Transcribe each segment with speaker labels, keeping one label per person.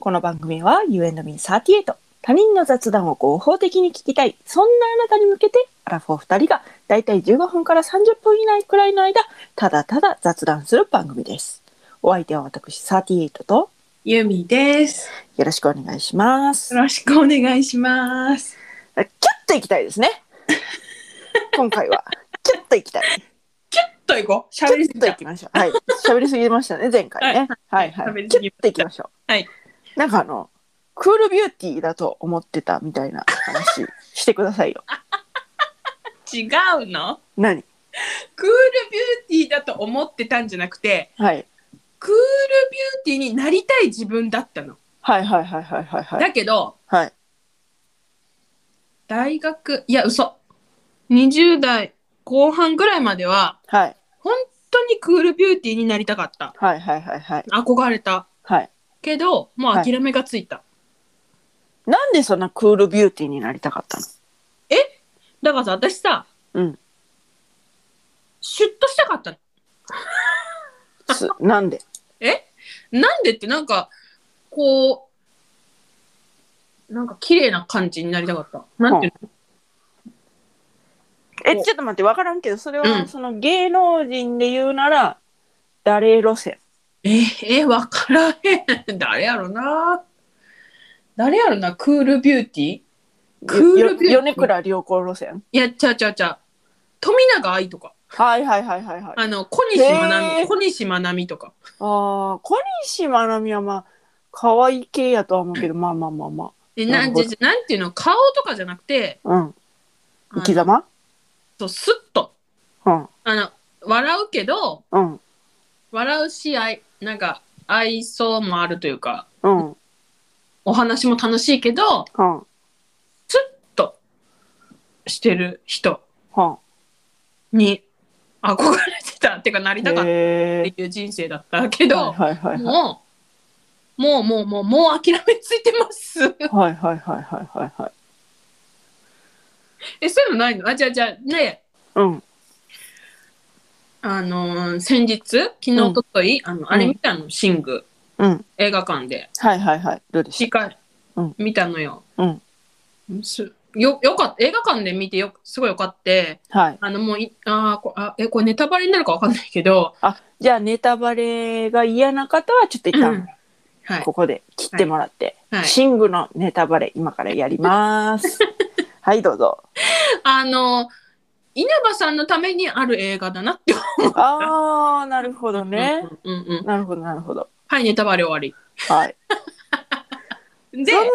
Speaker 1: この番組は U&Me38 他人の雑談を合法的に聞きたいそんなあなたに向けてアラフォー2人がだいたい15分から30分以内くらいの間ただただ雑談する番組ですお相手は私38と
Speaker 2: ゆみです。
Speaker 1: よろしくお願いします
Speaker 2: よろしくお願いします。
Speaker 1: キュッといきたいですね今回はキュッといきたい
Speaker 2: といこう。
Speaker 1: ちょ
Speaker 2: 喋りす
Speaker 1: っ
Speaker 2: ぎ
Speaker 1: と
Speaker 2: た
Speaker 1: いきましょう。はい。喋りすぎましたね、前回ね。は
Speaker 2: はいい
Speaker 1: は
Speaker 2: 喋
Speaker 1: い。
Speaker 2: り
Speaker 1: キ
Speaker 2: す
Speaker 1: ュ
Speaker 2: ぎ
Speaker 1: ッといきましょう。
Speaker 2: はい。
Speaker 1: なんかあの、クールビューティーだと思ってたみたいな話してくださいよ。
Speaker 2: 違うの
Speaker 1: 何
Speaker 2: クールビューティーだと思ってたんじゃなくて、
Speaker 1: はい。
Speaker 2: クールビューティーになりたい自分だったの。
Speaker 1: はいはいはいはいはいはい。
Speaker 2: だけど、
Speaker 1: はい。
Speaker 2: 大学、いや、嘘。20代後半ぐらいまでは、
Speaker 1: はい
Speaker 2: 本当にクールビューティーになりたかった。
Speaker 1: はいはいはいはい。
Speaker 2: 憧れた。
Speaker 1: はい。
Speaker 2: けど、もう諦めがついた。
Speaker 1: なんでそんなクールビューティーになりたかったの
Speaker 2: だからさ、私さ、
Speaker 1: うん
Speaker 2: シュッとしたかったの。
Speaker 1: す なんで
Speaker 2: えなんでってなんかこうなんか綺麗な感じになりたかったなんていうの
Speaker 1: え、ちょっと待って、わからんけど、それは、
Speaker 2: うん
Speaker 1: その芸能人で言うなら、誰路線
Speaker 2: ええわからへん 誰やろな誰やろなクールビューティーいクールビューティー
Speaker 1: よ米倉涼子路線
Speaker 2: やちゃうちゃうちゃう富永愛とか
Speaker 1: はいはいはいはいはい。
Speaker 2: あの小西まな
Speaker 1: へえ
Speaker 2: み小西まなみとか
Speaker 1: ああ、小西まなみはまあ、可愛い系やとは思うけど、まあまあまあま
Speaker 2: でな
Speaker 1: なる
Speaker 2: ん
Speaker 1: ほ
Speaker 2: じ
Speaker 1: ど
Speaker 2: ゃなんていうの顔とかじゃなくて
Speaker 1: あ。うん。
Speaker 2: あ
Speaker 1: 生
Speaker 2: の
Speaker 1: き様
Speaker 2: そうスッと
Speaker 1: うん。
Speaker 2: あの笑うけど
Speaker 1: うん。
Speaker 2: 笑うし愛なんか愛想もあるというか
Speaker 1: うん。うん。
Speaker 2: お話も楽しいけど
Speaker 1: うん。
Speaker 2: してる人に憧れてたっていうかなりたかったっ
Speaker 1: へえ。
Speaker 2: ていう人生だったけど、
Speaker 1: はいはいはいはい。
Speaker 2: もうもうもうもうもう諦めついてます
Speaker 1: はいはいはいはいはいはい。
Speaker 2: えそういうのないのあじゃあじゃあね
Speaker 1: うん。
Speaker 2: あのー先日昨日
Speaker 1: うん
Speaker 2: おととい、あのあれ見たの、シング
Speaker 1: うん。
Speaker 2: 映画館で
Speaker 1: はいはいはい。どうでし
Speaker 2: 司会、
Speaker 1: うん
Speaker 2: 見たのよ、
Speaker 1: うん
Speaker 2: すよよかった映画館で見てよすごいよかって
Speaker 1: たはい。
Speaker 2: あのもういあーこあえこれネタバレになるかわかんないけど、
Speaker 1: あ、じゃあネタバレが嫌な方は、ちょっと一
Speaker 2: うん
Speaker 1: 旦、
Speaker 2: はい
Speaker 1: ここで切ってもらって、
Speaker 2: はい、
Speaker 1: シングのネタバレ、今からやり ます。はい、どうぞ。
Speaker 2: あの稲葉さんのためにある映画だなって思った。
Speaker 1: ああ、なるほどね。
Speaker 2: うんうんうんうん
Speaker 1: なるほど、なるほど。
Speaker 2: はいネタバレ終わ
Speaker 1: はい。そん
Speaker 2: り。で
Speaker 1: だ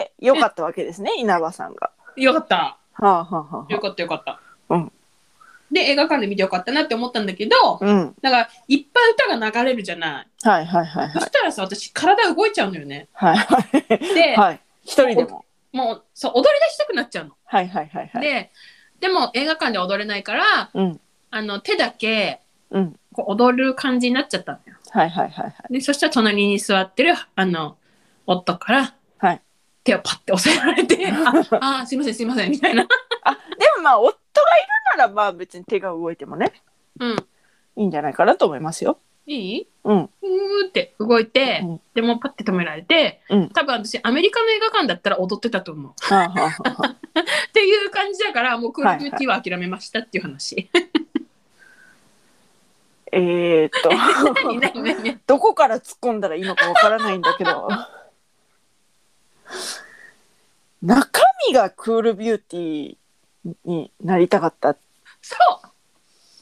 Speaker 1: け良かったわけですね、稲葉さんが。
Speaker 2: よかった
Speaker 1: はあ、はあはあ
Speaker 2: よ、かったよかった。
Speaker 1: うん
Speaker 2: で映画館で見てよかったなって思ったんだけど
Speaker 1: うん。
Speaker 2: だからいっぱい歌が流れるじゃない。
Speaker 1: はいはいはいは
Speaker 2: そ
Speaker 1: い。
Speaker 2: したらさ私体動いちゃうのよね。
Speaker 1: はいはい。
Speaker 2: で、
Speaker 1: はい。一人でも。
Speaker 2: もうそう踊り出したくなっちゃうの。
Speaker 1: はいはいはいはい。
Speaker 2: ででも映画館で踊れないから
Speaker 1: うん。
Speaker 2: あの手だけ
Speaker 1: うん。
Speaker 2: こう踊る感じになっちゃったのよ。
Speaker 1: はいはいはいはい。
Speaker 2: でそしたら隣に座ってるあの夫から、
Speaker 1: はい
Speaker 2: 手をパッて押さえら れて「ああーすいませんすいません」みたいな、
Speaker 1: あ、でもまあ、夫がいるなら、まあ別に手が動いてもね、
Speaker 2: うん、
Speaker 1: いいんじゃないかなと思いますよ。
Speaker 2: いい
Speaker 1: うん。
Speaker 2: うーって動いて、
Speaker 1: うん
Speaker 2: でもうパッて止められて、
Speaker 1: うん
Speaker 2: 多分私アメリカの映画館だったら踊ってたと思う
Speaker 1: はあ、はあはあはあ、
Speaker 2: っていう感じだからもうクールビューティーは諦めましたっていう話、
Speaker 1: えー、っと、
Speaker 2: 何何何何
Speaker 1: どこから突っ込んだらいいのかわからないんだけ ど。中身がクールビューティーになりたかった
Speaker 2: そ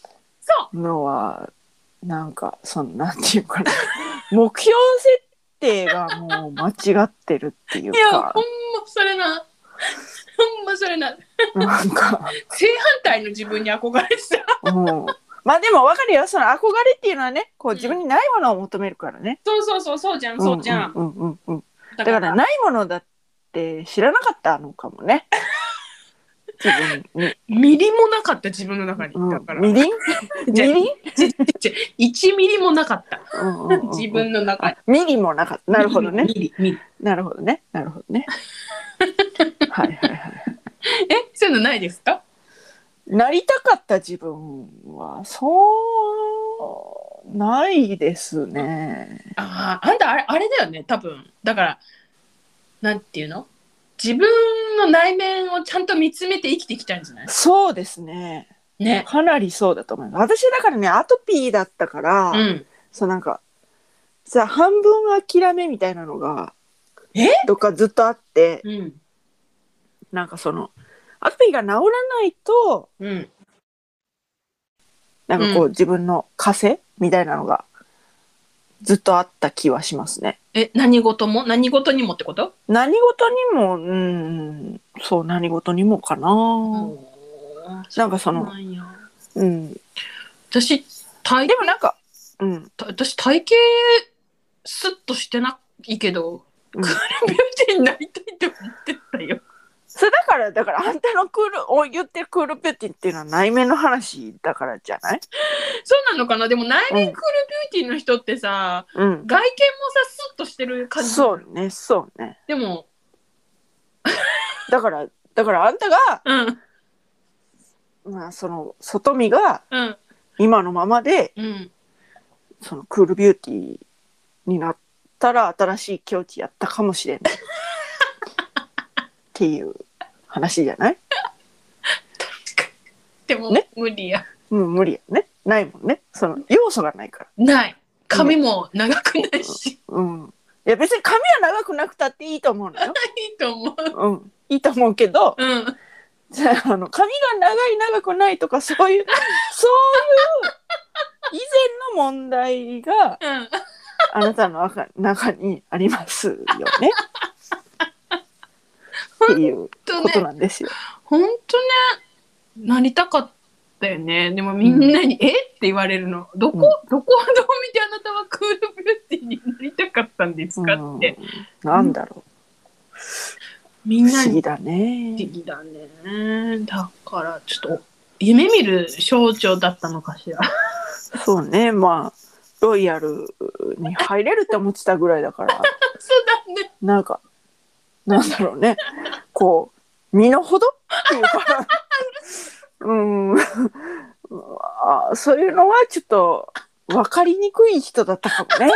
Speaker 2: うそ
Speaker 1: のはなんかそのなんていうかな 目標設定がもう間違ってるっていう
Speaker 2: ういやほんま
Speaker 1: か
Speaker 2: それなほんまそれな
Speaker 1: なんか
Speaker 2: 正反対の自分に憧れてた
Speaker 1: もうまあでもわかるよその憧れっていうのはねこう自分にないものを求めるからね。
Speaker 2: そうそうそうそうじゃんそうじゃん、
Speaker 1: うんうんうんうんだからないものだって知らなかったのかも ね。自分に。
Speaker 2: ミリもなかった自分の中に、
Speaker 1: うん
Speaker 2: だから
Speaker 1: みりんみ
Speaker 2: じゃあ
Speaker 1: りん
Speaker 2: ちっちゃい1ミリもなかった
Speaker 1: うんうんうん
Speaker 2: 自分の中に
Speaker 1: みりもなかった。なるほどね
Speaker 2: ミ。リミリ
Speaker 1: なるほどね。なるほど ね。はいはいはい。
Speaker 2: えそういうのないですか
Speaker 1: なりたかった自分はそうないですね。
Speaker 2: あああんたあれあれだよね多分だからなんていうの自分の内面をちゃんと見つめて生きてきたんじゃない
Speaker 1: そうですね。
Speaker 2: ね
Speaker 1: かなりそうだと思います。私だからね、アトピーだったから、
Speaker 2: うん
Speaker 1: そうなんか、さ、半分諦めみたいなのが、
Speaker 2: え
Speaker 1: どっかずっとあって、
Speaker 2: うん
Speaker 1: なんかその、アトピーが治らないと、
Speaker 2: うん
Speaker 1: なんかこう、自分の枷みたいなのが、ずっとあった気はしますね。
Speaker 2: え何事も何事にもってこと
Speaker 1: 何事にも、うん、そう、何事にもかな。なんかその
Speaker 2: うなんや
Speaker 1: うん。
Speaker 2: 私体
Speaker 1: でもなんか、うん。
Speaker 2: た私体型スッとしてないけど、
Speaker 1: うん
Speaker 2: クールビューティーになりたいって思ってたよ。
Speaker 1: それだから、だからあんたのクール、を言ってるクールペティっていうのは内面の話だからじゃない
Speaker 2: そうなのかなでも内
Speaker 1: うん
Speaker 2: 面クールビューティーの人ってさ、
Speaker 1: うん。
Speaker 2: 外見もさスッとしてる感じ
Speaker 1: そうね、そうね。
Speaker 2: でも
Speaker 1: だから、だからあんたが、
Speaker 2: うん
Speaker 1: まあその、外見が
Speaker 2: うん
Speaker 1: 今のままで、
Speaker 2: うん
Speaker 1: そのクールビューティーになったら新しい境地やったかもしれない。っていう話じゃない
Speaker 2: でも、
Speaker 1: ね
Speaker 2: 無理や
Speaker 1: うん、無理やね。ないもんね。その、要素がないから。
Speaker 2: ない髪も長くないし、
Speaker 1: うん。いや別に髪は長くなくたっていいと思うのよ。
Speaker 2: いいと思う
Speaker 1: うん。いいと思うけど、
Speaker 2: うん
Speaker 1: じゃあ、あの、髪が長い長くないとか、そう いう、そういう、以前の問題が、
Speaker 2: うん
Speaker 1: あなたの中中にありますよね。っていう
Speaker 2: と
Speaker 1: こと
Speaker 2: ね
Speaker 1: なんですよ。
Speaker 2: ほんとねなりたかったよねでもみんなに「えっ?」て言われるのどこ、
Speaker 1: うん
Speaker 2: どこをどう見てあなたはクールビューティーになりたかったんですか
Speaker 1: うん
Speaker 2: って、
Speaker 1: なんだろ
Speaker 2: み
Speaker 1: う。
Speaker 2: ん
Speaker 1: 不
Speaker 2: な
Speaker 1: 思
Speaker 2: に
Speaker 1: 議だ
Speaker 2: 不
Speaker 1: ね。
Speaker 2: 思議だねだからちょっと夢見る象徴だったのかしら
Speaker 1: そうね。まあ、ロイヤルに入れるって思ってたぐらいだから、
Speaker 2: そうだね
Speaker 1: なんか、なんだろうね。こう、身の程っていうか、 うん、あそういうのはちょっと分かりにくい人だったかもね。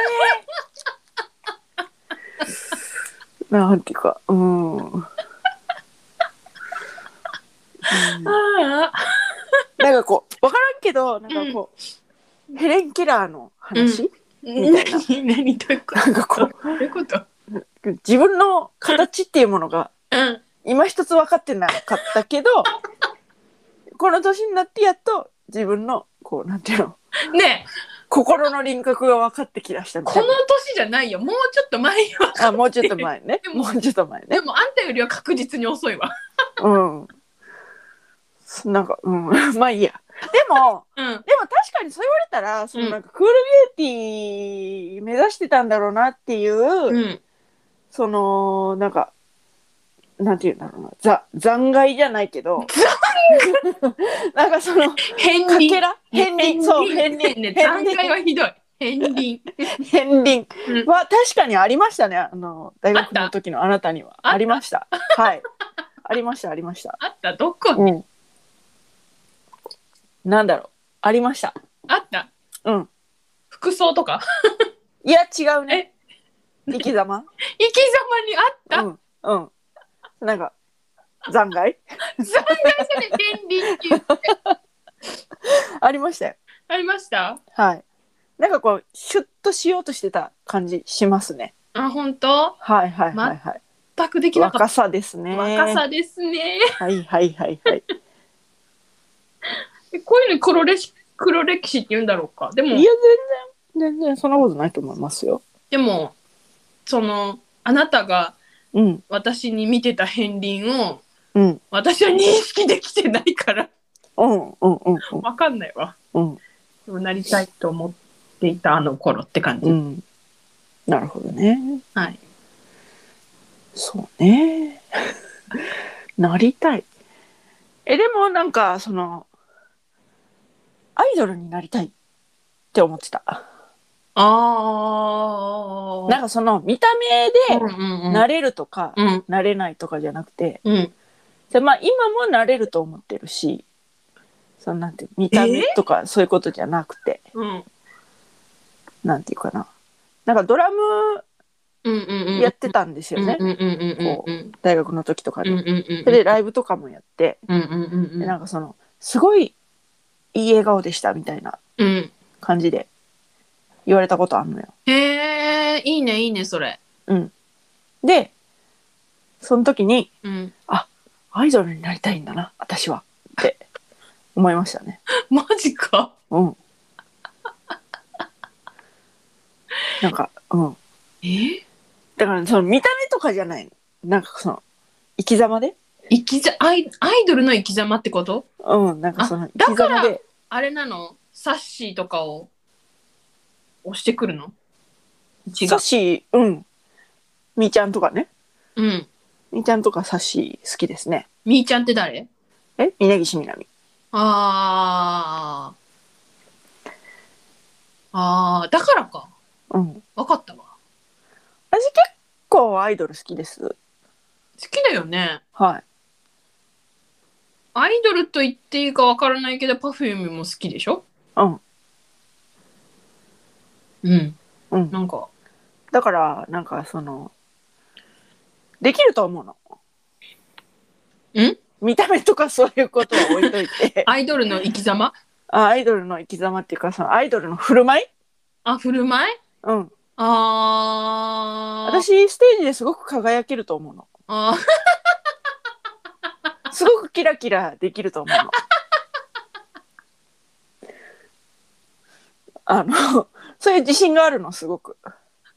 Speaker 1: なんていうか、うん。うん
Speaker 2: ああ
Speaker 1: なんかこう、分からんけど、なんかこう、ヘレン・ケラーの話、みたいな
Speaker 2: 何何どういうこ
Speaker 1: なんか
Speaker 2: と
Speaker 1: こ
Speaker 2: どういうこと
Speaker 1: う、自分の形っていうものが
Speaker 2: うん
Speaker 1: 今一つ分かってなかったけどこの年になってやっと自分のこうなんていうの
Speaker 2: ねえ
Speaker 1: 心の輪郭が分かってきだしたみ
Speaker 2: こ
Speaker 1: たい
Speaker 2: の
Speaker 1: な
Speaker 2: 年じゃないよもうちょっと前よ
Speaker 1: あもうちょっと前 ね
Speaker 2: でも
Speaker 1: もうちょっと前ね
Speaker 2: でもあんたよりは確実に遅いわ
Speaker 1: うんそなんかうん まあいいやでも
Speaker 2: うん
Speaker 1: でも確かにそう言われたらそのなんかクールビューティー目指してたんだろうなっていう、
Speaker 2: うん
Speaker 1: そのなんかなんていうんだろうなざ残骸じゃないけど なんかその
Speaker 2: 変
Speaker 1: か
Speaker 2: 輪
Speaker 1: けら片鱗そう片鱗
Speaker 2: ね
Speaker 1: 片
Speaker 2: 段
Speaker 1: 鱗
Speaker 2: 階はひどい変輪
Speaker 1: 片鱗
Speaker 2: うん
Speaker 1: は確かにありましたねあの大学の時のあなたには
Speaker 2: あった
Speaker 1: ありましたはいありましたありました
Speaker 2: あったどこ
Speaker 1: うんなんだろうありました
Speaker 2: あった
Speaker 1: うん
Speaker 2: 服装とか
Speaker 1: いや違うね
Speaker 2: え
Speaker 1: 生き様
Speaker 2: 生き様にあった
Speaker 1: うんうんなんか残骸
Speaker 2: 残骸じゃない天輪っていう
Speaker 1: ありましたよ
Speaker 2: ありました
Speaker 1: はいなんかこうシュッとしようとしてた感じしますね
Speaker 2: あ本当
Speaker 1: はいはいはいはい、
Speaker 2: 全くできなかっ
Speaker 1: 若さです
Speaker 2: た
Speaker 1: ね
Speaker 2: 若さですね
Speaker 1: はいはいはいはい、
Speaker 2: こういうの黒歴史黒歴史って言うんだろうかでも
Speaker 1: いや全然全然そんなことないと思いますよ
Speaker 2: でもそのあなたが
Speaker 1: うん
Speaker 2: 私に見てた片鱗を
Speaker 1: うん
Speaker 2: 私は認識できてないから
Speaker 1: うんうんうんうん
Speaker 2: わかんないわ
Speaker 1: うん
Speaker 2: でもなりたいと思っていたあの頃って感じ、
Speaker 1: うんなるほどね
Speaker 2: はい
Speaker 1: そうね なりたいえでもなんかそのアイドルになりたいって思ってた
Speaker 2: ああ
Speaker 1: なんかその見た目
Speaker 2: う
Speaker 1: で
Speaker 2: んうんうん
Speaker 1: なれるとか、
Speaker 2: うん
Speaker 1: なれないとかじゃなくて
Speaker 2: うん
Speaker 1: でまあ今もなれると思ってるしそのなんて見た目とかそういうことじゃなくて、
Speaker 2: うん
Speaker 1: なんていうかななんかドラム
Speaker 2: うんうんうん
Speaker 1: やってたんですよね、
Speaker 2: うんうんうんうん
Speaker 1: 大学の時とか
Speaker 2: う
Speaker 1: に、
Speaker 2: んうんうんうん
Speaker 1: それでライブとかもやって、
Speaker 2: うんうんうん
Speaker 1: でなんかそのすごいいい笑顔でしたみたいな
Speaker 2: うんうん
Speaker 1: 感じで言われたことあんのよ
Speaker 2: へえいいねいいねそれ
Speaker 1: でその時に
Speaker 2: うん
Speaker 1: アイドルになりたいんだな私はって思いましたね
Speaker 2: マジか
Speaker 1: うんなんかうん
Speaker 2: え
Speaker 1: だからその見た目とかじゃないのなんかその生き様で
Speaker 2: 生きざアイアイドルの生き様ってこと
Speaker 1: うんなんかその
Speaker 2: あだ
Speaker 1: 生き
Speaker 2: から
Speaker 1: 様で
Speaker 2: あれなのサッシーとかを押してくるの違
Speaker 1: サッシーうんみーちゃんとかね
Speaker 2: ううん
Speaker 1: みーちゃんとかサッシー好きですね
Speaker 2: みーちゃんって誰
Speaker 1: え峯岸みなみ
Speaker 2: あーあーだからか
Speaker 1: うん
Speaker 2: わかったわ好
Speaker 1: 私結構アイドル好きです
Speaker 2: きだよね
Speaker 1: はい
Speaker 2: アイドルと言っていいかわからないけど Perfume も好きでしょ
Speaker 1: うん
Speaker 2: うん
Speaker 1: うん
Speaker 2: なんか
Speaker 1: だからなんかそのできると思うの
Speaker 2: ん
Speaker 1: 見た目とかそういうことは置いとい て
Speaker 2: アイドルの生き様
Speaker 1: あアイドルの生き様っていうかそのアイドルの振る舞い
Speaker 2: あ振る舞い
Speaker 1: うん
Speaker 2: あー
Speaker 1: 私ステージですごく輝けると思うの
Speaker 2: あー
Speaker 1: すごくキラキラできると思うの あのそういう自信があるのすごく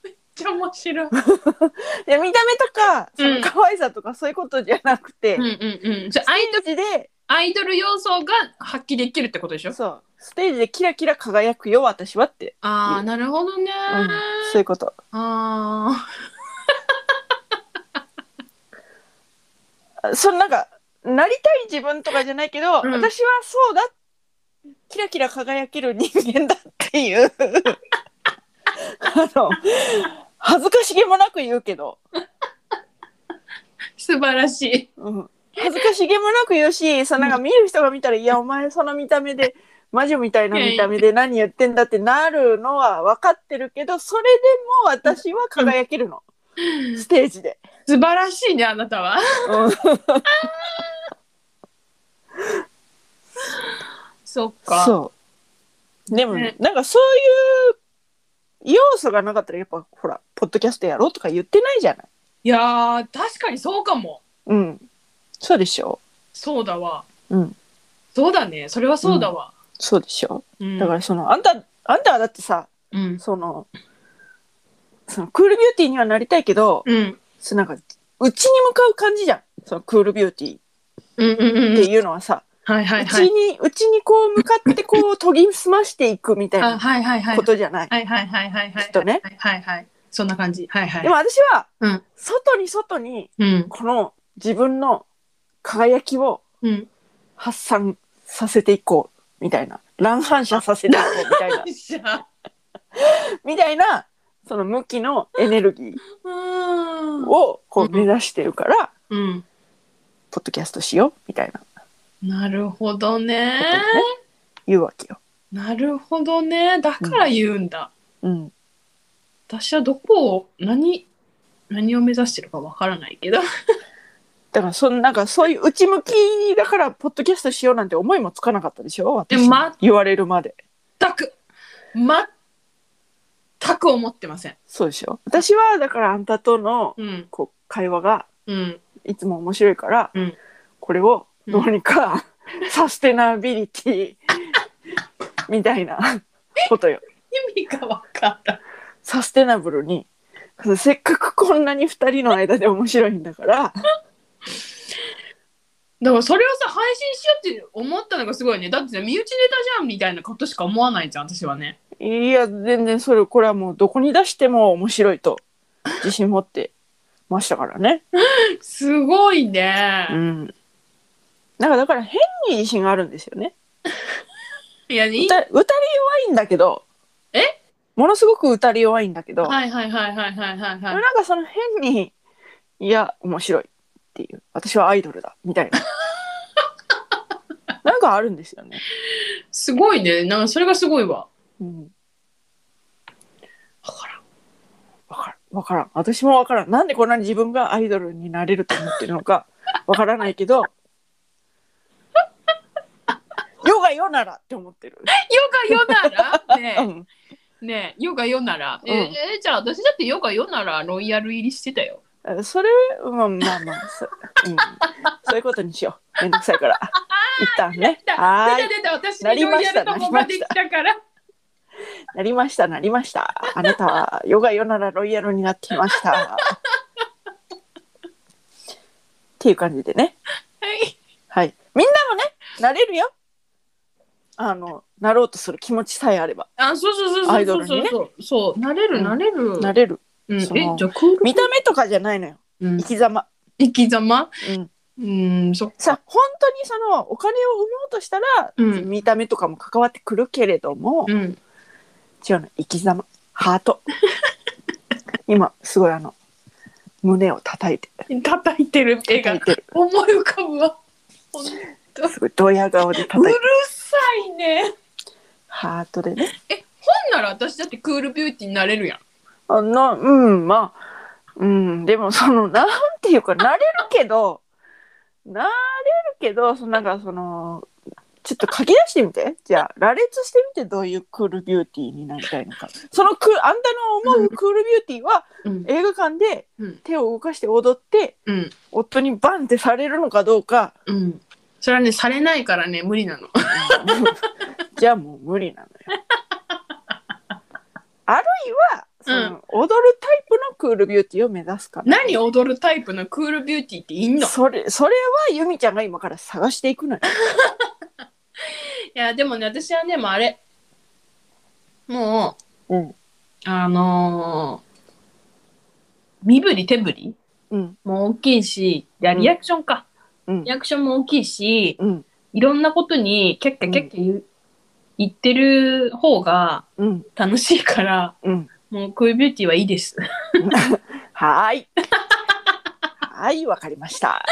Speaker 2: めっちゃ面白い
Speaker 1: いや見た目とかそ
Speaker 2: う
Speaker 1: の
Speaker 2: ん
Speaker 1: 可愛さとかそういうことじゃなくて、
Speaker 2: うんうんうんじゃあアイド
Speaker 1: ステージで
Speaker 2: アイドル要素が発揮できるってことでしょ
Speaker 1: そうステージでキラキラ輝くよ私はって、
Speaker 2: ああなるほどね、
Speaker 1: うん、そういうこと
Speaker 2: あ
Speaker 1: あそのなんかなりたい自分とかじゃないけど、
Speaker 2: うん
Speaker 1: 私はそうだキラキラ輝ける人間だっていう あの恥ずかしげもなく言うけど、
Speaker 2: ー素晴らしい
Speaker 1: うん、恥ずかしげもなく言うしそのなんか見る人が見たら「い やお前その見た目で魔女みたいな見た目で何言ってんだ」ってなるのは分かってるけどそれでも私は輝けるの、ステージで。
Speaker 2: 素晴らしいねあなたはそっか
Speaker 1: そうでも、
Speaker 2: ね
Speaker 1: なんかそういう要素がなかったらやっぱほらポッドキャストやろうとか言ってないじゃない
Speaker 2: いやー確かにそうかも
Speaker 1: うんそうでしょ
Speaker 2: そうだわ
Speaker 1: うん
Speaker 2: そうだねそれはそうだわ、
Speaker 1: そうでしょ
Speaker 2: うん
Speaker 1: だからそのあんたあんたはだってさ
Speaker 2: うん
Speaker 1: そのそのクールビューティーにはなりたいけど、
Speaker 2: うん
Speaker 1: そのなんか内に向かう感じじゃんそのクールビューティーっ
Speaker 2: うんうんうん
Speaker 1: ていうのはさ、
Speaker 2: はいは
Speaker 1: う
Speaker 2: い
Speaker 1: ち
Speaker 2: はい
Speaker 1: にうちにこう向かってこう研ぎ澄ましていくみたい
Speaker 2: あ
Speaker 1: な
Speaker 2: はいはいはい
Speaker 1: ことじゃない、
Speaker 2: はいはいはいはいはい
Speaker 1: きっとね
Speaker 2: はいはいはいそんな感じはいはい
Speaker 1: でも私は、
Speaker 2: うん
Speaker 1: 外に外に
Speaker 2: うん
Speaker 1: この自分の輝きを
Speaker 2: うん
Speaker 1: 発散させていこうみたいな乱反射させていこうみたい な
Speaker 2: じゃあ
Speaker 1: みたいなその向きのエネルギー
Speaker 2: うん
Speaker 1: をこ
Speaker 2: う
Speaker 1: うん目指してるから、
Speaker 2: うん
Speaker 1: ポッドキャストしようみたいな
Speaker 2: なるほどね。
Speaker 1: 言うわけよ。
Speaker 2: なるほどね。だから言うんだ。
Speaker 1: うん、
Speaker 2: 私はどこを何何を目指してるかわからないけど。
Speaker 1: だからそのなんかそういう内向きだからポッドキャストしようなんて思いもつかなかったでしょ
Speaker 2: で
Speaker 1: 私
Speaker 2: もま
Speaker 1: 言われるまで
Speaker 2: 全く全く思ってません。
Speaker 1: そうでしょ私はだからあんたとの
Speaker 2: うん
Speaker 1: こう会話が
Speaker 2: うん
Speaker 1: いつも面白いから、
Speaker 2: うん
Speaker 1: これをどうにか、 サステナビリ ティみたいなことよ。
Speaker 2: 意味がわから
Speaker 1: サステナブルにせっかくこんなに2人の間で面白いんだから
Speaker 2: ん。だからそれをさ配信しようって思ったのがすごいね。だってさ身内ネタじゃんみたいなことしか思わないじゃん私はね。
Speaker 1: いや全然それこれはもうどこに出しても面白いと自信持ってましたからね。
Speaker 2: すごいうね。
Speaker 1: んなんかだから変に自信があるんですよね。
Speaker 2: いやいい
Speaker 1: 歌歌り弱いんだけど
Speaker 2: え
Speaker 1: ものすごく歌り弱いんだけど、
Speaker 2: はいはいはいはいはいはい
Speaker 1: で
Speaker 2: は
Speaker 1: も
Speaker 2: い。
Speaker 1: なんかその変にいや面白いっていう私はアイドルだみた いななんかあるんですよね、
Speaker 2: すごいね。なんかそれがすごいわ。
Speaker 1: うん、わからん私もわからんなんでこんなに自分がアイドルになれると思ってるのかわからないけど 世が世ならって思ってる、
Speaker 2: ヨガヨ ならね
Speaker 1: う
Speaker 2: え
Speaker 1: ん、
Speaker 2: ねえヨガヨなら、え
Speaker 1: うん
Speaker 2: えじゃあ私だってヨガヨならロイヤル入りしてたよ。
Speaker 1: あそれまあまあまあそ,、うん、そういうことにしようめんどくさいから一旦ね
Speaker 2: 出
Speaker 1: は
Speaker 2: た
Speaker 1: ーい
Speaker 2: 出た出た私
Speaker 1: な
Speaker 2: に
Speaker 1: り
Speaker 2: ロ
Speaker 1: ま
Speaker 2: イ
Speaker 1: した
Speaker 2: ヤルともができたから。
Speaker 1: なりましたなりましたあなたは世が世ならロイヤルになっていましたっていう感じでね
Speaker 2: はい。
Speaker 1: はい。みんなもね、なれるよ。あの、なろうとする気持ちさえあれば、
Speaker 2: あそうそうそう
Speaker 1: ア
Speaker 2: そ
Speaker 1: イ
Speaker 2: う
Speaker 1: ド
Speaker 2: そ
Speaker 1: ルに
Speaker 2: う
Speaker 1: ね
Speaker 2: そうそうなれ
Speaker 1: う
Speaker 2: る
Speaker 1: ん
Speaker 2: なれる。
Speaker 1: なれる。
Speaker 2: うん、え
Speaker 1: その
Speaker 2: じゃあクール
Speaker 1: 見た目とかじゃないのよ。
Speaker 2: うん
Speaker 1: 生き様。
Speaker 2: 生き様
Speaker 1: うん。
Speaker 2: うんそっか
Speaker 1: さ、本当にその、お金を生もうとしたら、
Speaker 2: うん
Speaker 1: 見た目とかも関わってくるけれども、
Speaker 2: うん
Speaker 1: 違うの。生き様。ハート。今、すごいあの、胸を叩いて、
Speaker 2: 叩いてる絵
Speaker 1: 叩
Speaker 2: が
Speaker 1: いてる。
Speaker 2: 思い浮かぶわ。ほんう
Speaker 1: すごい、ドヤ顔で叩
Speaker 2: る
Speaker 1: いて、
Speaker 2: さいね。
Speaker 1: ハートでね。
Speaker 2: ほんなら私だってクールビューティーになれるやん。
Speaker 1: あな、うん、まあ、うん、でもその、なんていうか、慣れるけど、慣れるけど、そのなんかその、ちょっと書き出してみて。じゃあ、羅列してみて、どういうクールビューティーになりたいのか。そのクーあんたの思うクールビューティーは、
Speaker 2: うん
Speaker 1: 映画館で
Speaker 2: うん
Speaker 1: 手を動かして踊って、
Speaker 2: うん
Speaker 1: 夫にバンってされるのかどうか、
Speaker 2: うん。それはねされないからね無理なの。
Speaker 1: じゃあもう無理なのよ。あるいは、その、踊るタイプのクールビューティーを目指すかな。
Speaker 2: 何踊るタイプのクールビューティーっていんのい
Speaker 1: それそれはユミちゃんが今から探していくのよ。
Speaker 2: やでもね私はねもうあれも
Speaker 1: うん
Speaker 2: うあのー身振り手振り
Speaker 1: うん
Speaker 2: も大きいしいやリアクションか、
Speaker 1: うん
Speaker 2: リアクションも大きいし
Speaker 1: うん
Speaker 2: いろんなことにキャッキャキャッキャ言,、う言ってる方が
Speaker 1: うん
Speaker 2: 楽しいから
Speaker 1: うん。
Speaker 2: もうクールビューティーはいいです
Speaker 1: はーい。はーいわかりました。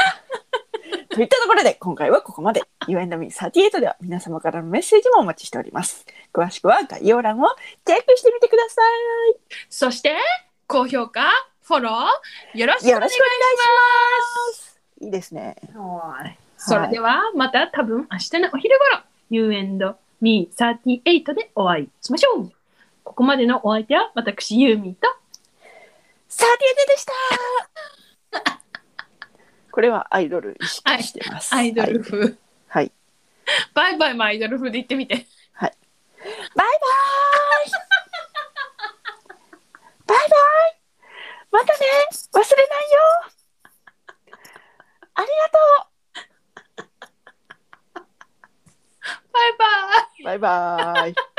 Speaker 1: といったところで今回はここまで You and me38 では皆様からのメッセージもお待ちしております。詳しくは概要欄をチェックしてみてくださ
Speaker 2: そして高評価フォローよろしくお願いします
Speaker 1: い。いいですね。
Speaker 2: はい。それでは、また多分明日のお昼頃、You and Me38 でお会いしましょう。ここまでのお相手は、私、ユーミンと、
Speaker 1: 38で した。これはアイドル意識してます。
Speaker 2: アイドル風。
Speaker 1: はい。
Speaker 2: バイバイもアイドル風で言ってみて。
Speaker 1: バイバーイバイバイまたね忘れないよあり
Speaker 2: バイバイ
Speaker 1: がとうバイバーイ